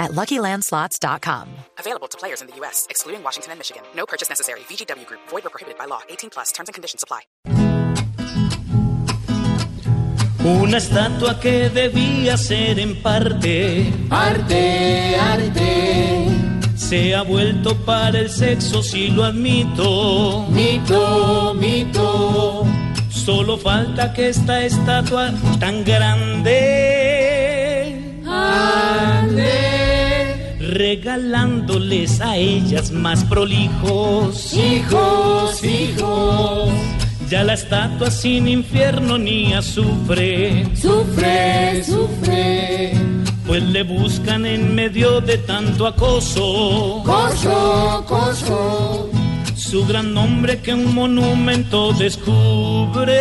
at luckylandslots.com. Available to players in the U.S., excluding Washington and Michigan. No purchase necessary. VGW Group, void or prohibited by law. 18 plus terms and conditions apply. Una estatua que debía ser en parte Arte, arte, se ha vuelto para el sexo, si lo admito. mito, mito, Solo falta que esta estatua tan grande ande, regalándoles a ellas más prolijos. hijos, hijos, Ya la estatua sin infierno ni azufre, sufre, sufre, pues le buscan en medio de tanto acoso. coso, coso, Su gran nombre que un monumento descubre.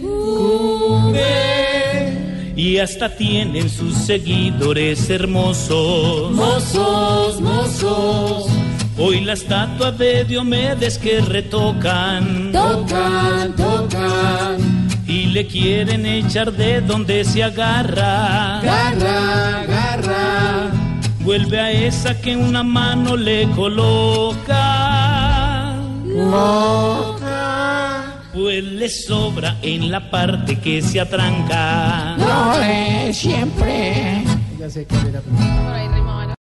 cubre, Y hasta tienen sus seguidores hermosos. mozos, mozos, Hoy la estatua de Diomedes que retocan tocan, tocan, y le quieren echar de donde se agarra. garra, garra, Vuelve a esa que una mano le coloca. loca, Pues le sobra en la parte que se atranca. no es siempre. Por ahí rimaba.